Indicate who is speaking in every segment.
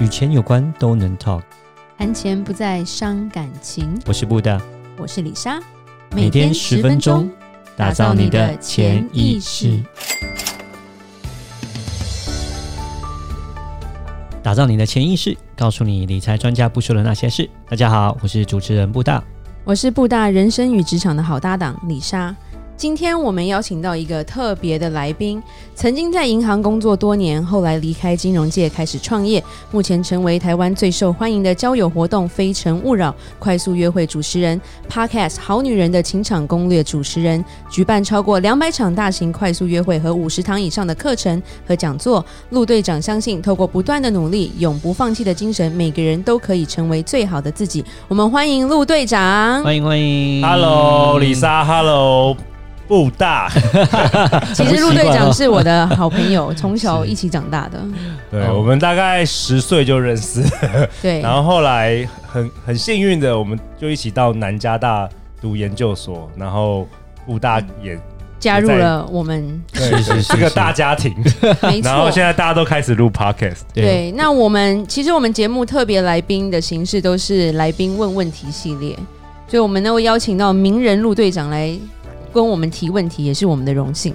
Speaker 1: 与钱有关都能 talk。
Speaker 2: 谈钱不再伤感情。
Speaker 1: 我是布大，
Speaker 2: 我是李莎，
Speaker 1: 每天十分钟，打造你的潜意识，打造你的潜意识，告诉你理财专家不说的那些事。大家好，我是主持人布大。
Speaker 2: 我是布大人生与职场的好搭档李莎。今天我们邀请到一个特别的来宾，曾经在银行工作多年，后来离开金融界开始创业，目前成为台湾最受欢迎的交友活动《非诚勿扰》快速约会主持人、Podcast《好女人的情场攻略》主持人，举办超过两百场大型快速约会和五十堂以上的课程和讲座。陆队长相信，透过不断的努力、永不放弃的精神，每个人都可以成为最好的自己。我们欢迎陆队长。
Speaker 1: 欢迎欢
Speaker 3: 嗯
Speaker 1: 迎
Speaker 3: Hello，李莎，Hello，布大，
Speaker 2: 其实陆
Speaker 1: 很不习
Speaker 2: 队
Speaker 1: 惯
Speaker 2: 长
Speaker 1: 哦
Speaker 2: 是我的好朋 友，从小一起长大的。
Speaker 3: 对
Speaker 1: 哦
Speaker 3: 我们大概十岁就认识，
Speaker 2: 对，
Speaker 3: 然后后来很很幸运的，我们就一起到南加大读研究所，然后布大也
Speaker 2: 加入了我们，
Speaker 1: 是是是
Speaker 3: 是个大家庭，
Speaker 2: 没
Speaker 3: 然后
Speaker 2: 错。
Speaker 3: 现在大家都开始录 Podcast，
Speaker 2: 对，那我们其实我们节目特别来宾的形式都是来宾问问题系列，所以我们呢会邀请到名人陆队长来跟我们提问题，也是我们的荣幸。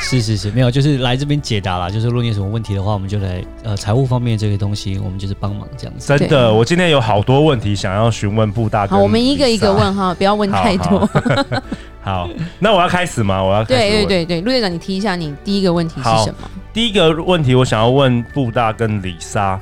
Speaker 1: 是是是，没有，就是来这边解答啦。就是如果你有什么问题的话，我们就来呃财务方面这个东西，我们就是帮忙这样子。
Speaker 3: 真
Speaker 2: 对
Speaker 3: 的，我今天有好多问题想要询问布大跟
Speaker 2: 好，我们一个一个
Speaker 3: 李莎，
Speaker 2: 问哈，不要问太
Speaker 3: 好
Speaker 2: 多。
Speaker 3: 好好，那我要开始吗？我要开始
Speaker 2: 对对
Speaker 3: 问
Speaker 2: 对对，陆队长，你提一下你第一个问题是
Speaker 3: 好
Speaker 2: 什么？
Speaker 3: 第一个问题，我想要问布大跟李莎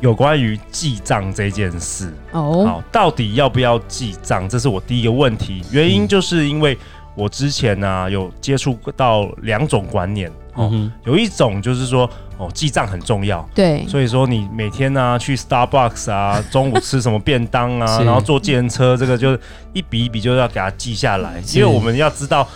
Speaker 3: 有关于记账这件事。
Speaker 2: 哦，
Speaker 3: 好，到底要不要记账？这是我第一个问题。原
Speaker 2: 嗯
Speaker 3: 因就是因为我之前呢、有接触到两种观念，
Speaker 1: 嗯哼，
Speaker 3: 有一种就是说哦记账很重要，
Speaker 2: 对，
Speaker 3: 所以说你每天呢、去 Starbucks 啊，中午吃什么便当 啊，
Speaker 1: 是
Speaker 3: 然后坐计程车，这个就是一笔一笔就要给它记下来，
Speaker 1: 是
Speaker 3: 因为我们要知道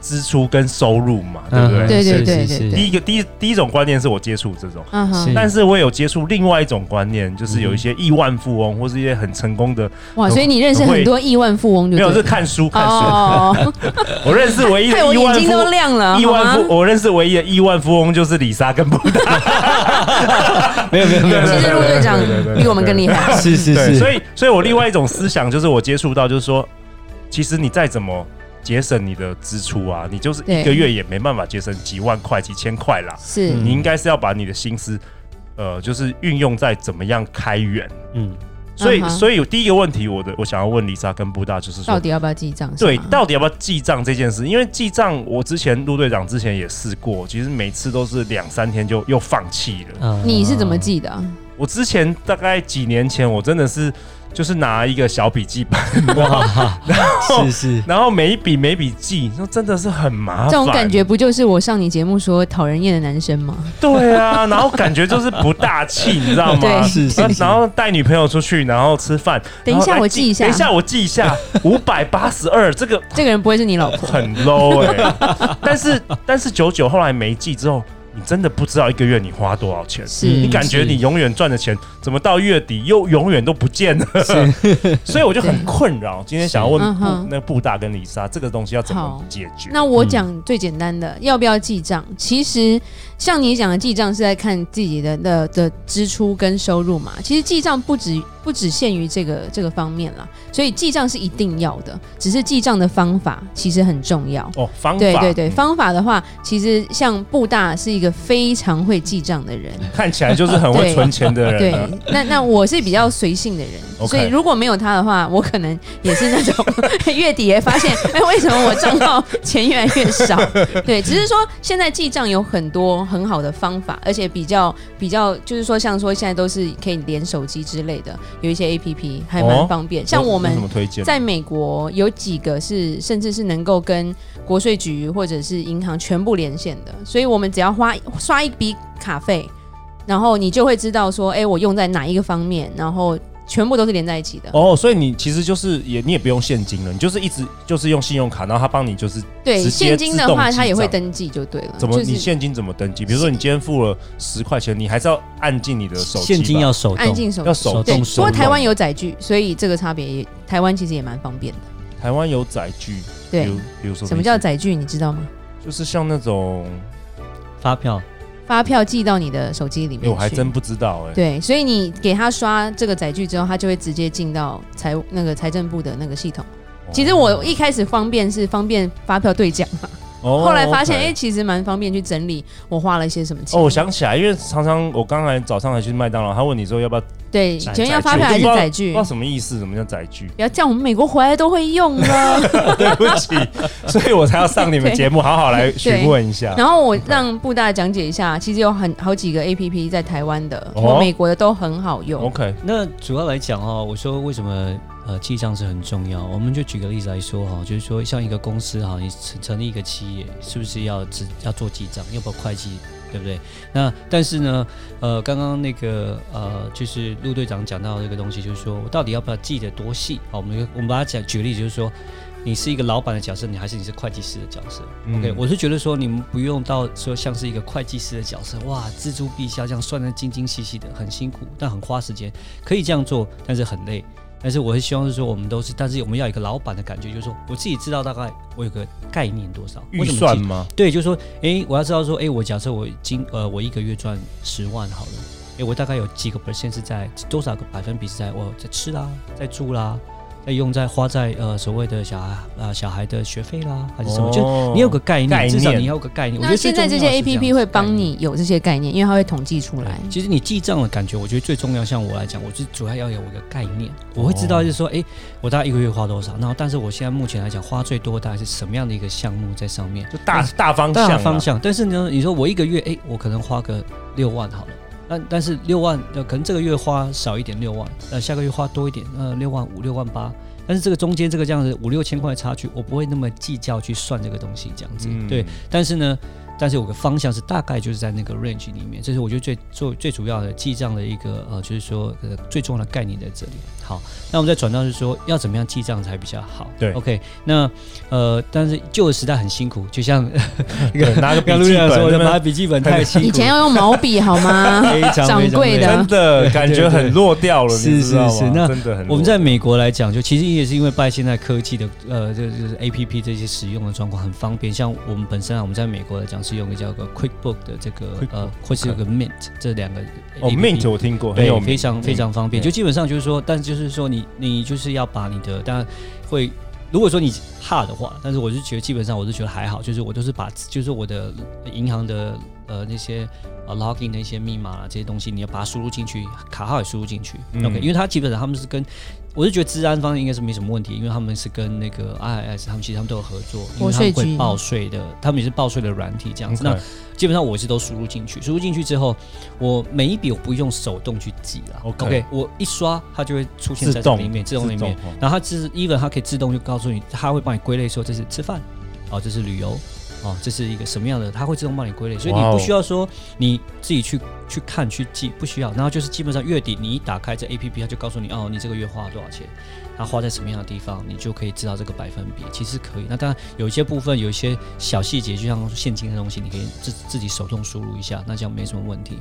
Speaker 3: 支出跟收入嘛，对不对？
Speaker 1: 嗯
Speaker 2: 对
Speaker 1: 是
Speaker 2: 对对
Speaker 1: 是
Speaker 2: 对
Speaker 1: 是
Speaker 3: 第一个第一第一种观念是我接触这种。
Speaker 2: 嗯
Speaker 1: 是
Speaker 2: 哼，
Speaker 3: 但是我有接触另外一种观念，就是有
Speaker 1: 嗯
Speaker 3: 一些亿万富翁或是一些很成功的
Speaker 2: 哇，所以你认识很多亿万富翁就
Speaker 3: 没
Speaker 2: 对了，
Speaker 3: 有，是看书看书。
Speaker 2: 哦， 哦哦
Speaker 3: 我认 识唯一
Speaker 2: 害
Speaker 3: 的
Speaker 2: 我
Speaker 3: 亿
Speaker 2: 眼
Speaker 3: 万
Speaker 2: 睛
Speaker 3: 富
Speaker 2: 都
Speaker 3: 翁，
Speaker 2: 亮了，
Speaker 3: 亿万
Speaker 2: 好吗
Speaker 3: 富，我认识唯一的亿万富翁就是李莎跟布达。
Speaker 1: 没有没有没有，
Speaker 2: 其实陆队长比我们更厉害。
Speaker 1: 是是
Speaker 3: 对，
Speaker 1: 是，
Speaker 3: 所
Speaker 1: 以
Speaker 3: 以，所以我另外一种思想就是我接触到，就是说，其实你再怎么节省你的支出啊，你就是一个
Speaker 2: 对
Speaker 3: 月也没办法节省几万块、几千块啦。
Speaker 2: 是
Speaker 1: 嗯
Speaker 3: 你应该是要把你的心思，呃，就是运用在怎么样开源。
Speaker 1: 嗯，
Speaker 3: 所以
Speaker 2: 嗯哼
Speaker 3: 所以有第一个问题，我的我想要问李莎跟布大，就是说
Speaker 2: 到，底要不要记账？
Speaker 3: 对
Speaker 2: 是，吗
Speaker 3: 到底要不要记账这件事？因为记账，我之前陆队长之前也试过，其实每次都是两三天就又放弃了。
Speaker 1: 啊
Speaker 2: 你是怎么？记的啊？
Speaker 3: 我之前大概几年前，我真的是就是拿一个小笔记本，
Speaker 1: 哇，哦是是，
Speaker 3: 然后每一笔每一笔记，那真的是很麻烦。
Speaker 2: 这种感觉不就是我上你节目说讨人厌的男生 吗？
Speaker 3: 对啊，然后感觉就是不大气，你知道
Speaker 2: 对
Speaker 3: 吗？
Speaker 1: 是是
Speaker 3: 然后
Speaker 1: 是
Speaker 3: 然后带女朋友出去，然后吃饭。
Speaker 2: 等一下
Speaker 3: 然后哎
Speaker 2: 我记一下
Speaker 3: 等一下我记 一下，五百八十二，这个
Speaker 2: 这个人不会是你老婆？
Speaker 3: 很 low 哎、但是但是九九后来没记之后，你真的不知道一个月你花多少钱，
Speaker 2: 是
Speaker 3: 你感觉
Speaker 1: 是
Speaker 3: 你永远赚的钱怎么到月底又永远都不见了， 所以我就很困扰。今天想要问
Speaker 2: 嗯
Speaker 3: 布
Speaker 2: 哼
Speaker 3: 那布大跟李莎这个东西要怎
Speaker 2: 好
Speaker 3: 么解决？
Speaker 2: 那我讲最简单的，要不要记账？其实像你讲的记账是在看自己的的的支出跟收入嘛。其实记账不止不只限于这个这个方面啦，所以记账是一定要的，只是记账的方法其实很重要。
Speaker 3: 哦，方法
Speaker 2: 对对对，
Speaker 3: 嗯
Speaker 2: 方法的话，其实像布大是一个非常会记账的人，
Speaker 3: 看起来就是很会存钱的人
Speaker 2: 对
Speaker 3: 啊。，
Speaker 2: 那那我是比较随性的人，
Speaker 3: OK
Speaker 2: 所以如果没有他的话，我可能也是那 种月底也发现，哎，为什么我账号钱越来越 少？对，只是说现在记账有很多很好的方法，而且比较比较就是说，像说现在都是可以连手机之类的，有一些 A P P 还蛮
Speaker 3: 哦
Speaker 2: 方便，像我们
Speaker 3: 有什。么推荐？
Speaker 2: 在美国有几个是，甚至是能够跟国税局或者是银行全部连线的，所以我们只要花刷一笔卡费，然后你就会知道说，哎、我用在哪一个方面，然后全部都是连在一起的。
Speaker 3: 哦，所以你其实就是也你也不用现金了，你就是一直就是用信用卡，然后他帮你就是
Speaker 2: 对，
Speaker 3: 直接
Speaker 2: 现金的
Speaker 3: 自动
Speaker 2: 话，
Speaker 3: 记
Speaker 2: 它也会
Speaker 3: 账
Speaker 2: 登记就对了。
Speaker 3: 怎么
Speaker 2: 就
Speaker 3: 你
Speaker 2: 是
Speaker 3: 现金怎么登记？比如说你今天付了十块钱，你还是要按进你的手机吧，
Speaker 1: 现金要手
Speaker 2: 按
Speaker 1: 动，
Speaker 2: 进手
Speaker 3: 要
Speaker 2: 机。
Speaker 3: 手
Speaker 2: 对，
Speaker 1: 动
Speaker 2: 不
Speaker 1: 手
Speaker 2: 过
Speaker 1: 动
Speaker 2: 台湾有载具，所以这个差别也，台湾其实也蛮方便的。
Speaker 3: 台湾有载具，比
Speaker 2: 对
Speaker 3: 如，比如说
Speaker 2: 什么叫
Speaker 3: 载？
Speaker 2: 载具，你知道吗？
Speaker 3: 就是像那种
Speaker 1: 发票
Speaker 2: 发票寄到你的手机里面
Speaker 3: 哎，
Speaker 2: 去。
Speaker 3: 我还真不知道哎。
Speaker 2: 对，所以你给他刷这个载具之后，他就会直接进到财务那个财政部的那个系统。其实
Speaker 1: 哦
Speaker 2: 我一开始方便是方便发票兑奖嘛，
Speaker 3: 哦
Speaker 2: 后来发现哎、
Speaker 3: OK
Speaker 2: 诶其实蛮方便去整理我花了一些什么钱。
Speaker 3: 哦，我想起来，因为常常我刚才早上还去麦当劳，他问你说要不要，不
Speaker 2: 对，
Speaker 1: 载
Speaker 2: 请问要
Speaker 1: 载
Speaker 2: 发
Speaker 1: 具
Speaker 2: 票还是
Speaker 3: 我都不知道
Speaker 2: 载具
Speaker 3: 知道？什么意思，什么叫载具？
Speaker 2: 不要这样，我们美国回来都会用了。
Speaker 3: 对不起， 所以我才要上你们节目，好好来询问一下。
Speaker 2: 然后我让布大讲解一下，其实有很好几个 A P P 在台湾的
Speaker 3: 哦
Speaker 2: 或美国的都很好用。
Speaker 1: 哦
Speaker 3: OK，
Speaker 1: 那主要来讲哈、我说为什么呃记账是很重要？我们就举个例子来说哈、就是说像一个公司哈、你成成立一个企业，是不是要只要做记账，要不要会计，对不对？那但是呢，呃，刚刚那个呃，就是陆队长讲到这个东西，就是说我到底要不要记得多细？好，我们就我们把它讲举个例子，就是说你是一个老板的角色，你还是你是会计师的角色？
Speaker 3: 嗯
Speaker 1: OK，我是觉得说你们不用到说像是一个会计师的角色，哇，锱铢必较这样算的精精细细的，很辛苦，但很花时间，可以这样做，但是很累。但是我是希望是说，我们都是，但是我们要有一个老板的感觉，就是说我自己知道大概我有个概念多少，
Speaker 3: 预
Speaker 1: 我怎么
Speaker 3: 算
Speaker 1: 记
Speaker 3: 吗？
Speaker 1: 对，就是说，诶，我要知道说，诶，我假设我今呃我一个月赚十万好了，诶，我大概有几个 percent 是在多少个百分比是在我在吃啦，在住啦，在用在花在呃所谓的小孩呃小孩的学费啦，还是什么，就
Speaker 3: 就
Speaker 1: 你有个概念，
Speaker 3: 哦概
Speaker 1: 至少
Speaker 3: 念
Speaker 1: 你要有个概念。我觉
Speaker 2: 那
Speaker 1: 得最
Speaker 2: 现在
Speaker 1: 重
Speaker 2: 这
Speaker 1: 要
Speaker 2: 些
Speaker 1: 的
Speaker 2: A
Speaker 1: 是
Speaker 2: P
Speaker 1: 这
Speaker 2: P
Speaker 1: 样
Speaker 2: 会
Speaker 1: 子概
Speaker 2: 帮
Speaker 1: 念
Speaker 2: 你有这些概念，因为它会统计
Speaker 3: 嗯
Speaker 2: 出来
Speaker 1: 对。其实你记账的感觉，我觉得最重要。像我来讲，我是主要要有一个概念，
Speaker 3: 哦
Speaker 1: 我会知道就是说，诶，我大概一个月花多少。然后，但是我现在目前来讲，花最多大概是什么样的一个项目在上面？
Speaker 3: 就大大方向
Speaker 1: 大
Speaker 3: 啊，
Speaker 1: 方向。但是呢，你说我一个月，诶，我可能花个六万好了。但但是六万，呃，可能这个月花少一点六万，呃，下个月花多一点，呃，六万五、六万八。但是这个中间这个这样子五六千块的差距，我不会那么计较去算这个东西，这样子。
Speaker 3: 嗯
Speaker 1: 对，但是呢，但是有个方向是大概就是在那个 range 里面，这是我觉得最最最主要的记账的一个呃，就是说呃最重要的概念在这里。好，那我们再转到是说要怎么样记账才比较好？
Speaker 3: 对
Speaker 1: ，OK，那呃，但是旧的时代很辛苦，就像那
Speaker 3: 对拿个 笔
Speaker 1: 刚陆
Speaker 3: 记
Speaker 1: 亮说
Speaker 3: 本，
Speaker 1: 的，
Speaker 3: 那
Speaker 1: 拿
Speaker 3: 边
Speaker 1: 笔记本太辛苦，
Speaker 2: 以前要用毛笔好吗？
Speaker 1: 非常非常
Speaker 2: 掌柜的
Speaker 3: 真的感觉很落掉了，
Speaker 1: 对对
Speaker 3: 你知道
Speaker 1: 是是是
Speaker 3: 吗？
Speaker 1: 那
Speaker 3: 真的很落掉。
Speaker 1: 我们在美国来讲，就其实也是因为拜现在科技的呃，就就是 A P P 这些使用的状况很方便。像我们本身啊，我们在美国来讲是用一个叫做 QuickBook 的这个
Speaker 3: QuickBook，
Speaker 1: 呃，或是有个 Mint 这两个 APP,
Speaker 3: 哦，Mint 我听过，很有
Speaker 1: 对，
Speaker 3: 名
Speaker 1: 非常非。常方便。
Speaker 3: 嗯
Speaker 1: 就基本上就是说，但就是说你你就是要把你的，当然会，如果说你怕的话，但是我是觉得基本上我是觉得还好，就是我都是把就是我的银行的呃那些呃 login 的一些密码啊这些东西，你要把它输入进去，卡号也输入进去、
Speaker 3: 嗯
Speaker 1: OK，因为它基本上他们是跟。我是觉得治安方面应该是没什么问题，因为他们是跟那个 IIS，他们其实他们都有合作，因为他们
Speaker 2: 国税
Speaker 1: 会
Speaker 2: 局
Speaker 1: 报税的，他们也是报税的软体这样
Speaker 3: OK
Speaker 1: 子。那基本上我是都输入进去，输入进去之后，我每一笔我不用手动去记了
Speaker 3: OK
Speaker 1: 我一刷它就会出现
Speaker 3: 自
Speaker 1: 在这
Speaker 3: 动
Speaker 1: 里面，自动里面，
Speaker 3: 哦
Speaker 1: 然后它自 even 它可以自动就告诉你，它会帮你归类说这是吃饭，哦，这是旅游，哦，这是一个什么样的，它会自动帮你归类，所以你
Speaker 3: 哇哦
Speaker 1: 不需要说你自己去去看去记，不需要。然后就是基本上月底你一打开这 A P P，它就告诉你哦，你这个月花了多少钱，它花在什么样的地方，你就可以知道这个百分比，其实可以。那当然有一些部分有一些小细节，就像现金的东西，你可以自自己手动输入一下，那这样没什么问题。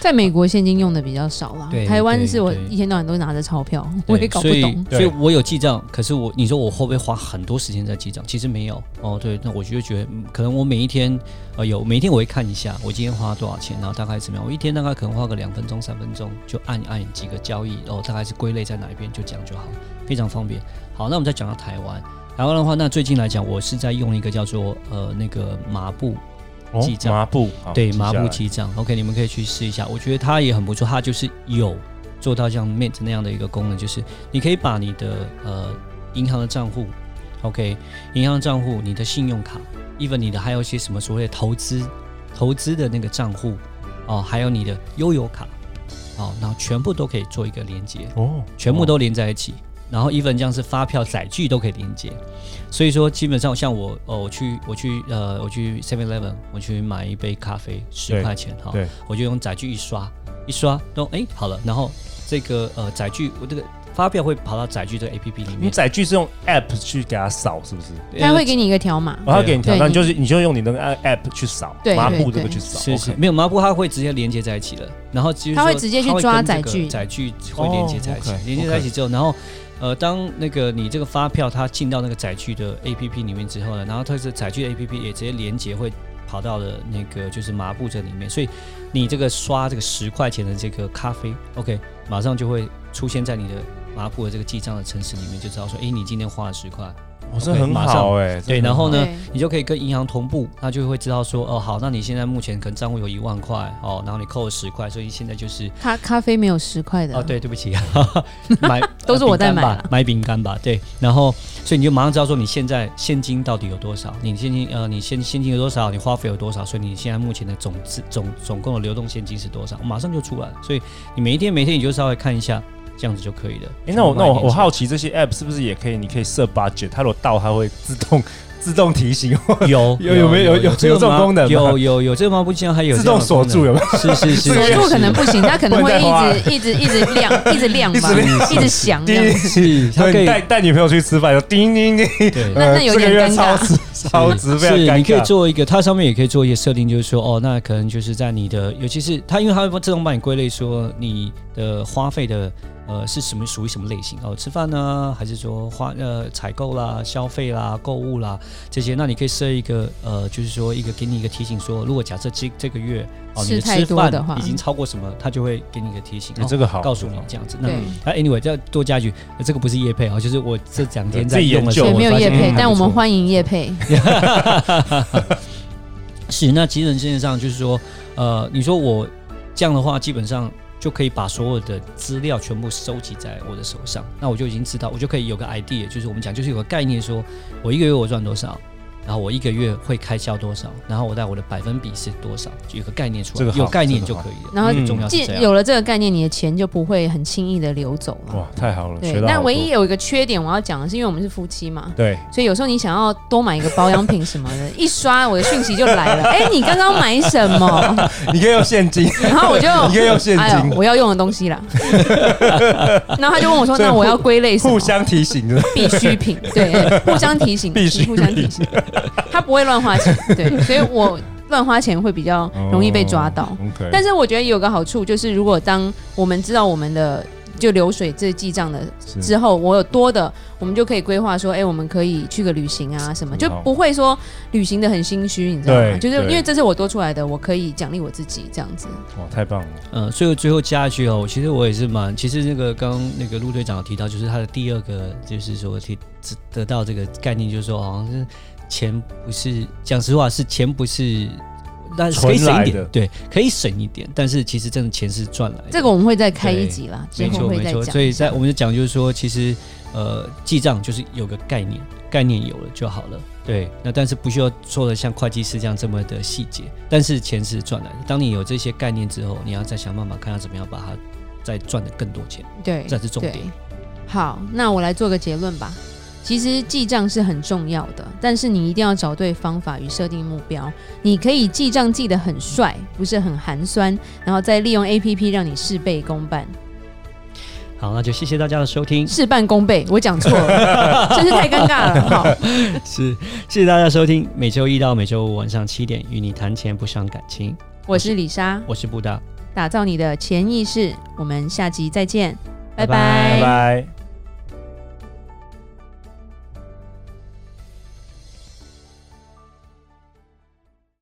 Speaker 2: 在美国现金用的比较少啦
Speaker 1: 对，
Speaker 2: 台湾是我
Speaker 1: 对对
Speaker 2: 一天到晚都拿着钞票，
Speaker 1: 对
Speaker 2: 我也搞不懂。
Speaker 1: 所以，所以
Speaker 3: 对
Speaker 1: 我有记账，可是我你说我会不会花很多时间在记账？其实没有哦。对，那我就觉得、嗯可能我每一天呃有每一天我会看一下我今天花多少钱，然后大概怎么样。我一天大概可能花个两分钟、三分钟，就按一按几个交易，哦，大概是归类在哪一边，就这样就好，非常方便。好，那我们再讲到台湾。台湾的话，那最近来讲，我是在用一个叫做呃那个麻布
Speaker 3: 哦
Speaker 1: 记账
Speaker 3: 麻布，好
Speaker 1: 对麻布，
Speaker 3: 记
Speaker 1: 记账，OK，你们可以去试一下，我觉得它也很不错，它就是有做到像 Mint 那样的一个功能，就是你可以把你的呃银行的账户，OK，银行账户、你的信用卡，even 你的还有一些什么所谓的投资、投资的那个账户哦，还有你的悠游卡哦，然后全部都可以做一个连接。
Speaker 3: 下来哦，
Speaker 1: 全部都连在一起。然后 even 像是发票、载具都可以连接，所以说基本上像我哦，我去我去呃，我去 Seven Eleven，我去买一杯咖啡，十
Speaker 3: 对
Speaker 1: 块钱哈，
Speaker 3: 对
Speaker 1: 我就用载具一刷一刷，然后哎好了，然后这个呃载具我这个发票会跑到载具这个 A P P 里
Speaker 3: 你
Speaker 1: 面，
Speaker 3: 载具是用 App 去给它扫，是不是？
Speaker 1: 呃
Speaker 2: 他会给你一个条码，
Speaker 3: 然后给你挑
Speaker 2: 对
Speaker 3: 战，
Speaker 2: 你
Speaker 3: 就是你就用你那个 App 去扫
Speaker 2: 对
Speaker 3: 麻
Speaker 2: 对
Speaker 3: 布这个
Speaker 2: 对
Speaker 3: 去扫，
Speaker 1: 是是
Speaker 3: OK
Speaker 1: 没有麻布，它会直接连接在一起了，然后就是说
Speaker 2: 它会直接去
Speaker 1: 它会
Speaker 2: 抓
Speaker 1: 跟这
Speaker 2: 载
Speaker 1: 个
Speaker 2: 具
Speaker 1: 载具会连接在一起
Speaker 3: 哦，，OK，
Speaker 1: 连接在一起之后，然后呃，当那个你这个发票它进到那个载具的 APP 里面之后呢，然后它是载具的 APP 也直接连接会。跑到了那个就是麻布这里面，所以你这个刷这个十块钱的这个咖啡，OK，马上就会出现在你的麻布的这个记账的城市里面，就知道说，哎，你今天花了十块，
Speaker 3: 我是
Speaker 1: OK，
Speaker 3: 哦很
Speaker 1: 马
Speaker 3: 好哎、
Speaker 1: 对，
Speaker 3: 真的
Speaker 1: 然后
Speaker 3: 很好
Speaker 1: 呢
Speaker 2: 对，
Speaker 1: 你就可以跟银行同步，那就会知道说，哦，好，那你现在目前可能账户有一万块哦，然后你扣了十块，所以现在就是
Speaker 2: 咖咖啡没有十块的
Speaker 1: 哦，对，对不起，买
Speaker 2: 都是我在
Speaker 1: 饼干
Speaker 2: 买
Speaker 1: 吧
Speaker 2: 啦，
Speaker 1: 买饼干吧，对，然后所以你就马上知道说你现在现金到底有多少，你现金呃，你现现金有多少，你花费有多少，所以你现在目前的总资总总共的流动现金是多少，马上就出来了，所以你每一天每一天你就稍微看一下，这样子就可以了。
Speaker 3: 哎、那我那我我好
Speaker 1: 好
Speaker 3: 奇这些 app 是不是也可以？你可以设 budget，它如果到，它会自动自动提醒，
Speaker 1: 有
Speaker 3: 有有没有有有
Speaker 1: 这个
Speaker 3: 有这种
Speaker 1: 吗
Speaker 3: 功能吗
Speaker 1: 有有有这个吗？不竟然还有
Speaker 3: 自
Speaker 1: 这样
Speaker 3: 动
Speaker 1: 的
Speaker 3: 锁
Speaker 1: 功能
Speaker 3: 住，有没有？
Speaker 1: 是 是是，
Speaker 3: 这个
Speaker 1: 是
Speaker 3: 也
Speaker 2: 做可能不行，它可能
Speaker 3: 不能再花
Speaker 2: 会一直一直一直亮，一直亮吧
Speaker 3: 一直，
Speaker 2: 一直响这
Speaker 3: 叮
Speaker 2: 样。
Speaker 1: 是它可以
Speaker 3: 对，你带带女朋友去吃饭，就叮叮叮，
Speaker 1: 对。
Speaker 2: 那
Speaker 3: 呃
Speaker 2: 那有
Speaker 3: 这个
Speaker 2: 点
Speaker 3: 月
Speaker 2: 尴
Speaker 3: 超
Speaker 2: 尬
Speaker 3: 值超值，非常
Speaker 1: 是，
Speaker 3: 尴
Speaker 1: 你可以
Speaker 3: 尬。
Speaker 1: 做一个，它上面也可以做一些设定，就是说，哦，那可能就是在你的，尤其是它，因为它会自动帮你归类，说你的花费的，呃，是什么属于什么类型哦，吃饭呢，还是说花呃采购啦、消费啦、购物啦这些，那你可以设一个，呃，就是说一个给你一个提醒说，如果假设这这个月哦你
Speaker 2: 吃太
Speaker 1: 吃
Speaker 2: 多
Speaker 1: 饭
Speaker 2: 的话
Speaker 1: 已经超过什么，它就会给你一个提醒，
Speaker 3: 哎
Speaker 1: 哦
Speaker 3: 这个好，
Speaker 1: 告诉你这样子。那
Speaker 2: 对，
Speaker 1: 啊，anyway，再多加一句，呃这个不是叶配啊，就是我这两天在
Speaker 3: 自己研
Speaker 1: 用的时候，
Speaker 3: 究
Speaker 2: 也没有
Speaker 1: 我发
Speaker 2: 叶
Speaker 1: 现
Speaker 2: 配
Speaker 1: 嗯，
Speaker 2: 但我
Speaker 1: 还
Speaker 2: 们
Speaker 1: 不错
Speaker 2: 欢迎叶配。
Speaker 1: 是，那基本线上就是说，呃，你说我这样的话，基本上就可以把所有的资料全部收集在我的手上，那我就已经知道，我就可以有个 idea，就是我们讲就是有个概念说，我一个月我赚多少。然后我一个月会开销多少？然后我在我的百分比是多少？就有个概念出
Speaker 3: 这
Speaker 1: 来，
Speaker 3: 个好
Speaker 1: 有概念
Speaker 3: 这
Speaker 1: 就
Speaker 3: 个好
Speaker 1: 可以了。
Speaker 2: 然后
Speaker 1: 最重要是
Speaker 2: 既
Speaker 1: 这样。
Speaker 2: 有了这个概念，你的钱就不会很轻易的流走了。
Speaker 3: 哇，太好了，
Speaker 2: 对
Speaker 3: 学，到好
Speaker 2: 但
Speaker 3: 多
Speaker 2: 唯一有一个缺点，我要讲的是，因为我们是夫妻嘛，
Speaker 3: 对
Speaker 2: 所以有时候你想要多买一个保养品什么的， 一刷我的讯息就来了，哎、你刚刚买什 么？
Speaker 3: 你可以用 现金，
Speaker 2: 然后我就，
Speaker 3: 你可以用现
Speaker 2: 哎呦，
Speaker 3: 金，
Speaker 2: 我要用的东 西啦。然后他就问我说，
Speaker 3: 所以
Speaker 2: 那
Speaker 3: 互
Speaker 2: 我要归类什么
Speaker 3: 互？相提醒的。
Speaker 2: 必需品，对， 哎互相提醒，
Speaker 3: 必需品
Speaker 2: 互相提醒。他不会乱花 钱，对，所以我乱花钱会比较容易被抓到。
Speaker 3: 哦 OK，
Speaker 2: 但是我觉得有个好处就是，如果当我们知道我们的就流水这记账的
Speaker 1: 嗯
Speaker 3: 是
Speaker 2: 之后，我有多的，我们就可以规划说，哎、我们可以去个旅行啊什么，
Speaker 3: 嗯
Speaker 2: 就
Speaker 3: 好
Speaker 2: 不会说旅行的很心虚，你知道吗？
Speaker 3: 对
Speaker 2: 就是因为
Speaker 3: 对
Speaker 2: 这是我多出来的，我可以奖励我自己这样子。
Speaker 3: 哇，太棒了，
Speaker 1: 呃，最后最后加一句哦，其实我也是蛮，其实那个刚刚那个陆队长有提到，就是他的第二个就是说提得得到这个概念，就是说好像是钱不是，讲实话是钱不是，但是可以
Speaker 3: 存
Speaker 1: 省
Speaker 3: 来
Speaker 1: 一
Speaker 3: 的
Speaker 1: 点，对，可以省一点，但是其实真的钱是赚来的。
Speaker 2: 这个我们会再开一集啦，之
Speaker 1: 没
Speaker 2: 后
Speaker 1: 错
Speaker 2: 会
Speaker 1: 没
Speaker 2: 再
Speaker 1: 错，
Speaker 2: 讲。
Speaker 1: 所以在我们就讲就是说，其实呃记账就是有个概念，概念有了就好了。对，那但是不需要做的像会计师这样这么的细节，但是钱是赚来的。当你有这些概念之后，你要再想办法看要怎么样把它再赚的更多钱，
Speaker 2: 对，
Speaker 1: 这才是重点
Speaker 2: 对。好，那我来做个结论吧。其实记账是很重要的，但是你一定要找对方法与设定目标。你可以记账记得很帅，不是很寒酸，然后再利用 A P P 让你事倍功半，
Speaker 1: 好，那就谢谢大家的收 听，
Speaker 2: 事半功倍。我讲错了，真是太尴尬了。好，
Speaker 1: 是谢谢大家的收听，每周一到每周五晚上七点与你谈钱不伤感情，
Speaker 2: 我是李莎，
Speaker 1: 我是布达，
Speaker 2: 打造你的潜意识，我们下集再见，
Speaker 1: 拜
Speaker 2: 拜
Speaker 3: 拜拜。